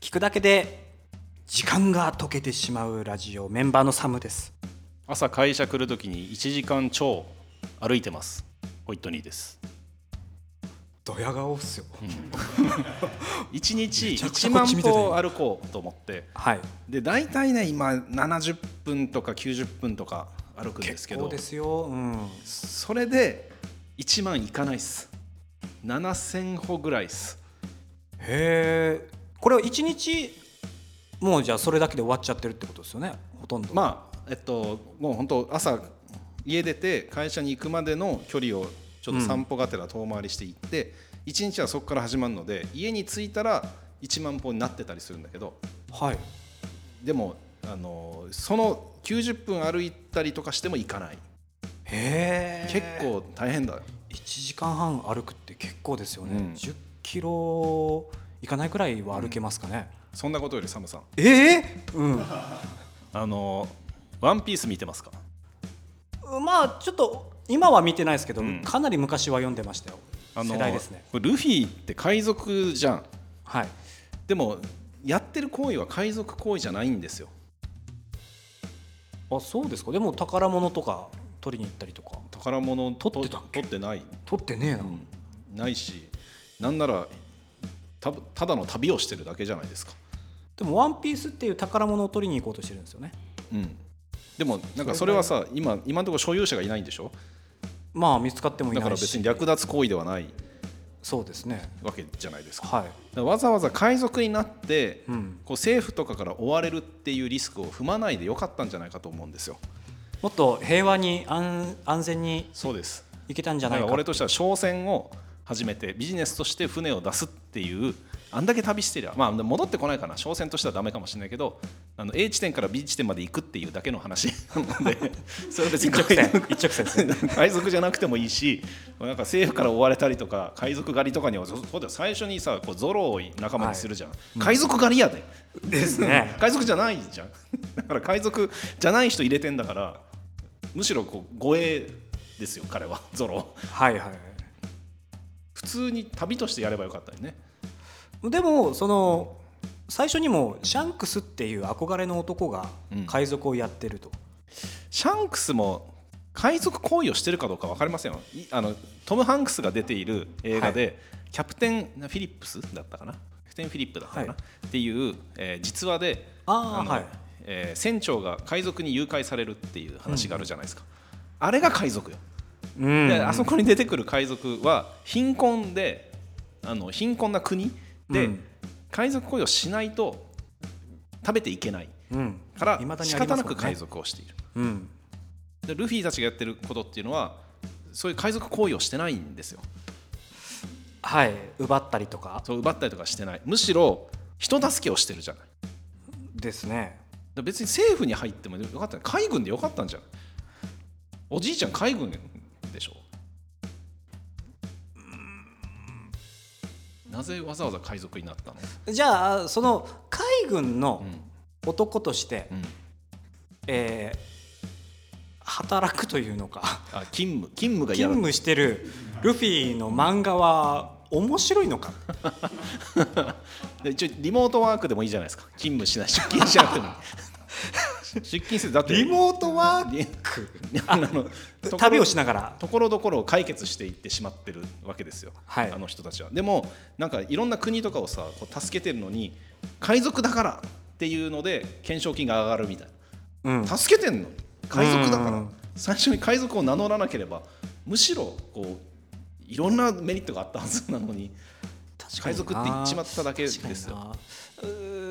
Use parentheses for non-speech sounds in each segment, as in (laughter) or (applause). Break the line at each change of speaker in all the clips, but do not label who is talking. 聞くだけで時間が溶けてしまうラジオメンバーのサムです
朝会社来るときに1時間超歩いてますホイットニーです
ドヤ顔っすよ、
1日
めちゃくちゃ
1
こっ
万
ち見てた
歩歩こうと思って
はい
で大体ね今70分とか90分とか歩くんですけ
そ
ど
うですよ、うん、
それで1万いかないっす7000歩ぐらいっす
へえこれは一日もうじゃあそれだけで終わっちゃってるってことですよねほとんど、
まあえっともう本当朝家出て会社に行くまでの距離をちょっと散歩がてら遠回りして行って、一1日はそこから始まるので家に着いたら1万歩になってたりするんだけど
はい
でもあのその90分歩いたりとかしても行かない
へえ
結構大変だよ
1時間半歩くって結構ですよね、
うん
10キロいかないくらいは歩けますかね、
そんなことよりサムさん
ええうん
あのワンピース見てますか
まあちょっと今は見てないですけど、
うん
かなり昔は読んでましたよ、
あの
世代ですね
これルフィって海賊じゃん
はい
でもやってる行為は海賊行為じゃないんですよ
あそうですかでも宝物とか取りに行ったりとか
宝物を
取ってたっけ
取ってない
取ってねえな、
ないしなんならたただの旅をしてるだけじゃないですか、
でも「ワンピースっていう宝物を取りに行こうとしてるんですよね
うん、でもなんかそれはさ今今のところ所有者がいないんでしょ
まあ見つかってもい
だか
ない
ら別
し
に略奪行為ではない
そうですね
わけじゃないですかだか
はい
らわざわざ海賊になって、
うん
こう政府とかから追われるっていうリスクを踏まないでよかったんじゃないかと思うんですよ
もっと平和に安安全に
そうです
行けたんじゃ
だか
ない
ら
か
俺としては商船を始めてビジネスとして船を出すっていうあんだけ旅してりゃまあ戻ってこないかな商船としてはダメかもしれないけどあの A 地点から B 地点まで行くっていうだけの話なの
(laughs)
でそれは別
一
に
直線
(laughs)
一直線ですね
海賊じゃなくてもいいしなんか政府から追われたりとか海賊狩りとかにはそそうだよ最初にさこうゾロを仲間にするじゃん、海賊狩りやで
ですね
海賊じゃないじゃん (laughs) だから海賊じゃない人入れてんだからむしろこう護衛ですよ彼はゾロ
はいはい
普通に旅としてやればよかったよね
でもその最初にもシャンクスっていう憧れの男が
うん
海賊をやってると、
シャンクスも海賊行為をしてるかどうか分かりませんよいあのトム・ハンクスが出ている映画で、キャプテンフィリップスだったかなキャプテンフィリップだったかな、
はい
っていう、えー実話で
あー
の
はい
えー船長が海賊に誘拐されるっていう話があるじゃないですか、あれが海賊よ
うん
であそこに出てくる海賊は貧困であの貧困な国で、
うん
海賊行為をしないと食べていけない
うん
から
未だに
仕
あります
方な
もんね
く海賊をしている、
うん
でルフィたちがやってることっていうのはそういう海賊行為をしてないんですよ
はい奪ったりとか
そう奪ったりとかしてないむしろ人助けをしてるじゃない
ですね
で別に政府に入ってもよかった海軍でよかったんじゃないおじいちゃん海軍でしょなぜわざわざ海賊になったの、
じゃあその海軍の
うん
男として、
うん
えー働くというの
(laughs)
か
あ勤務勤務が
勤
嫌だ
務してるルフィの漫画は面白いの
(laughs)
か
で一応リモートワークでもいいじゃないですか勤務しない出勤しなくてもい
(laughs)
い出勤せずだって
リモートワーク (laughs)
あの
旅をしながら
ところどころ解決していってしまってるわけですよ、
はい
あの人たちは。でもなんかいろんな国とかをさこう助けてるのに海賊だからっていうので懸賞金が上がるみたい
うん
な助けてんのに海賊だか
う
ら
ん
最初に海賊を名乗らなければむしろこういろんなメリットがあったはずなのに海賊って言っちまっただけですよ。
よ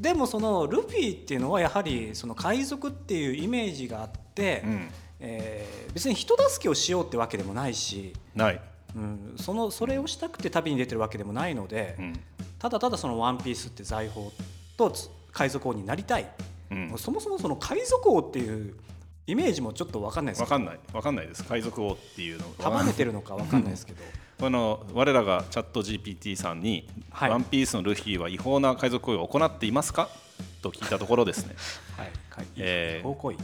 でもそのルフィっていうのはやはりその海賊っていうイメージがあって、
うん
えー別に人助けをしようってわけでもないし、
ない、
うん、そのそれをしたくて旅に出てるわけでもないので、
うん
ただただその「ワンピースって財宝とつ海賊王になりたい、
うん
そもそもその海賊王っていうイメージもちょっと分かんないです
わかんないわかんないです海賊王っていうのが
束ねてるのか分かんないですけど。
この我らがチャット GPT さんに「
はい
ワンピースのルフィは違法な海賊行為を行っていますか?」と聞いたとこ
(laughs)
ろですね、
はい、かい
えー
高校員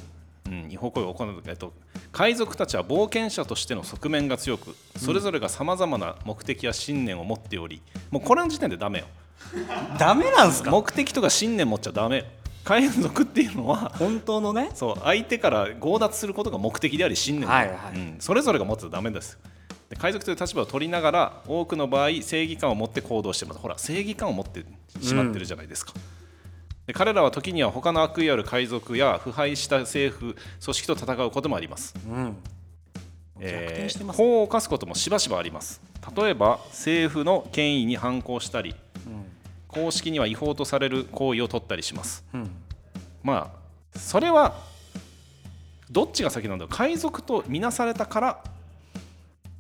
うん、違法行為を行う、えっと、海賊たちは冒険者としての側面が強くそれぞれがさまざまな目的や信念を持っておりもうこれの時点でダメよ
ダメなんですか
目的とか信念持っちゃダメ海賊っていうのは
本当のね
そう相手から強奪することが目的であり信念である、
はいはい
うん、それぞれが持ってたらダメですで海賊という立場を取りながら多くの場合正義感を持って行動してますほら正義感を持ってしまってるじゃないですか、で彼らは時には他の悪意ある海賊や腐敗した政府組織と戦うこともあります
うん逆
え
転して
ー
ます、
法を犯すこともしばしばあります例えば政府の権威に反抗したり公式には違法とされる行為を取ったりします
うん
まあそれはどっちが先なんだろう海賊と見なされたから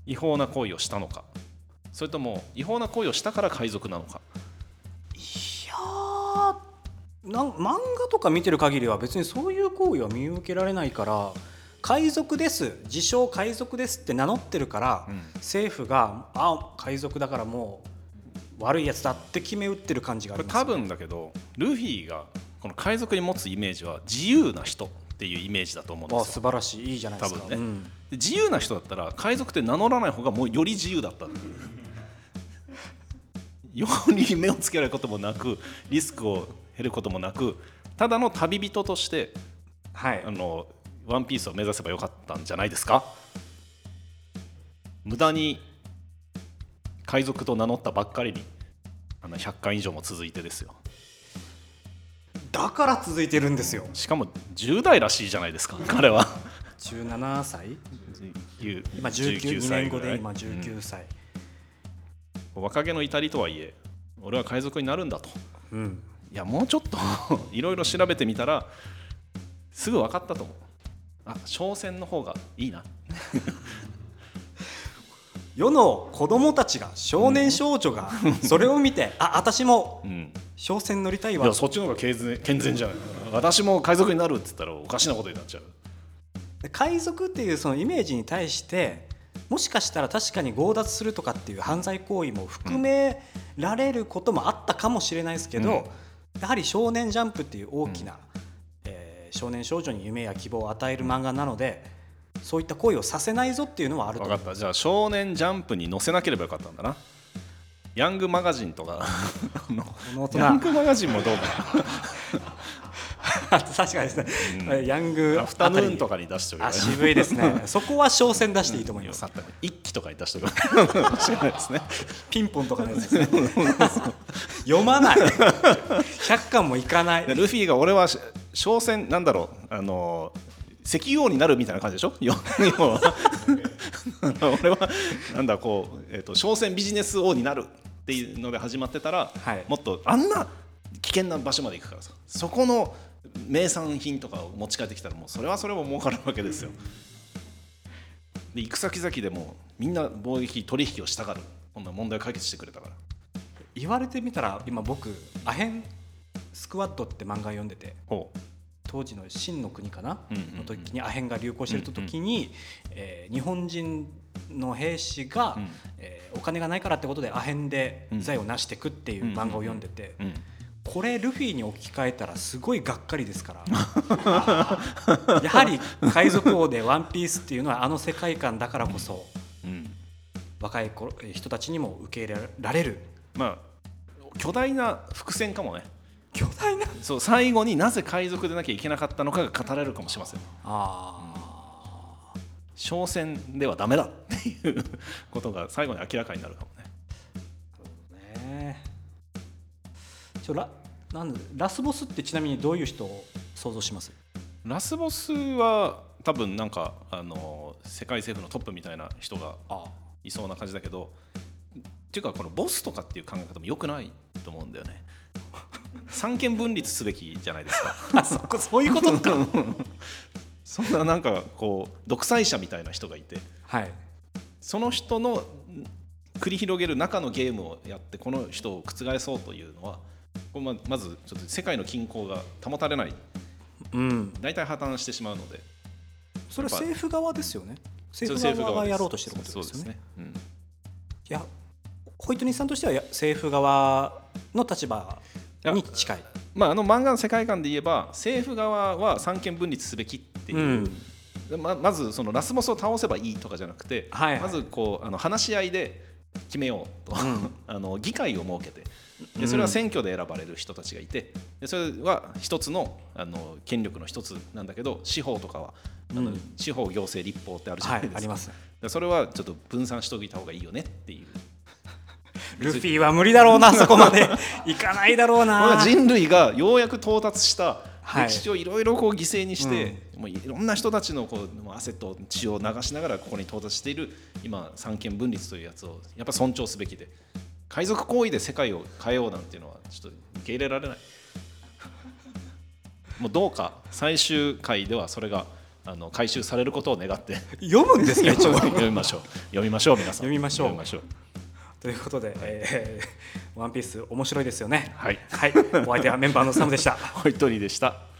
違法な行為をしたのかそれとも違法な行為をしたから海賊なのか
いやーなん漫画とか見てる限りは別にそういう行為は見受けられないから海賊です自称海賊ですって名乗ってるから、
うん
政府があ海賊だからもう悪いやつだって決め打ってる感じがあ
これ
ります
多分だけどルフィがこの海賊に持つイメージは自由な人っていうイメージだと思うん
あ
です
素
よ
晴らしいいいじゃないですか
多分ね
うん
で自由な人だったら海賊って名乗らない方がもうより自由だったっていう (laughs) 世に目をつけられることもなくリスクを減ることもなくただの旅人として
はい
あのワンピースを目指せばよかったんじゃないですか無駄に海賊と名乗ったばっかりにあの100巻以上も続いてですよ
だから続いてるんですよ
しかも10代らしいじゃないですか (laughs) 彼は
17歳今
今
19年後で今19歳
若気の至りとはいえ俺は海賊になるんだと
うん
いやもうちょっと (laughs) いろいろ調べてみたらすぐ分かったと思うあ商船の方がいいな
世の子供たちが少年少女
(laughs)
がそれを見て、あ私も
うん
商船乗りたい
い
わ
やそっちの方が健全健全じゃない私も海賊になるって言ったらおかしなことになっちゃう
海賊っていうそのイメージに対してもしかしたら確かに強奪するとかっていう犯罪行為も含められることもあったかもしれないですけど、やはり「少年ジャンプ」っていう大きな、えー少年少女に夢や希望を与える漫画なのでそういった行為をさせないぞっていうのはあると
分
思
か
う
ったじゃあ「少年ジャンプ」に載せなければよかったんだなヤングマガジンとかあの
この
ヤン (laughs)
大人
グマガジンも
(laughs)
どうか
確かにですね、
うん
ヤング
アフタヌーンと
か
かに出しておけば
あ渋いですねそこは商船出していいと思います、
よかった一期とかに出しておけば
(laughs)
かもしれないですね
ピンポンとかのやつですね (laughs) 読ま
(laughs)
ない100巻もいかない
でルフィが俺はし商船なんだろうあの石油王になるみたいな感じでしょ要要は (laughs) あの俺はなんだこう、えっと商船ビジネス王になるっていうので始まってたら、
はい
もっとあんな危険な場所まで行くからさそこの名産品とかを持ち帰ってきたらもうそれはそれも儲かるわけですよで行く先々でもうみんな貿易取引をしたがるこんな問題を解決してくれたから
言われてみたら今僕「アヘンスクワット」って漫画読んでて
ほう
当時の「真の国」かな、
うんうんうん
の時にアヘンが流行してる時に、えー日本人の兵士が、
うん
えーお金がないからってことでアヘンで財を成していくっていう漫画を読んでて、
うん
これルフィに置き換えたらすごいがっかりですから
(laughs)
やはり海賊王で「ワンピースっていうのはあの世界観だからこそ
うん
若い頃人たちにも受け入れられる
まあ巨大な伏線かもね
巨大な
そう最後になぜ海賊でなきゃいけなかったのかが語られるかもしれません
あー
商船ではダメだっていうことが最後に明らかになるかもね
ねちょラなんだラスボスってちなみにどういう人を想像します
ラスボスは多分なんかあの世界政府のトップみたいな人が
あ
いそうな感じだけどっていうかこのボスとかっていう考え方も良くないと思うんだよね三権分立すべきじゃないですか
あ (laughs) そこ (laughs) そういうことか
(laughs) そんななんかこう独裁者みたいな人がいて
(laughs) はい
その人のん繰り広げる中のゲームをやってこの人を覆そうというのはこれままずちょっと世界の均衡が保たれない
うん
大体破綻してしまうので
それは
やっぱ
政府側ですよね政
それ
府側が
です
やろうとしてることですよね
そうですね
いやホイットニーさんとしてはや政府側の立場に近い
うんまあ、あの漫画の世界観で言えば政府側は三権分立すべきっていう、
うん
ままずそのラスボスを倒せばいいとかじゃなくて、
はいはい
(laughs) まずこうあの話し合いで決めようと、
ん
あの議会を設けてでそれは選挙で選ばれる人たちがいてでそれは一つのあの権力の一つなんだけど司法とかはあの、
うん
司法行政立法ってあるじゃな
はい
で
い
す、か、
あり (laughs) ます
でそれはちょっと分散しておいた方がいいよねっていう
ルフィは無理だろうなそこまで (laughs) いかないだろう
これ
な
が人類がようやく到達した
はい
歴史をいろいろこう犠牲にして、もういろんな人たちのこうもう汗と血を流しながらここに到達している今三権分立というやつをやっぱ尊重すべきで海賊行為で世界を変えようなんていうのはちょっと受け入れられない (laughs) もうどうか最終回ではそれがあの回収されることを願
(laughs)
って
読むんですか一応
読みましょう読みましょう皆さん
読みましょう
読みましょう
(laughs) ということで、えーワンピース面白いですよね
はい
はいお相手はメンバーのサムでした
ホイトリーでした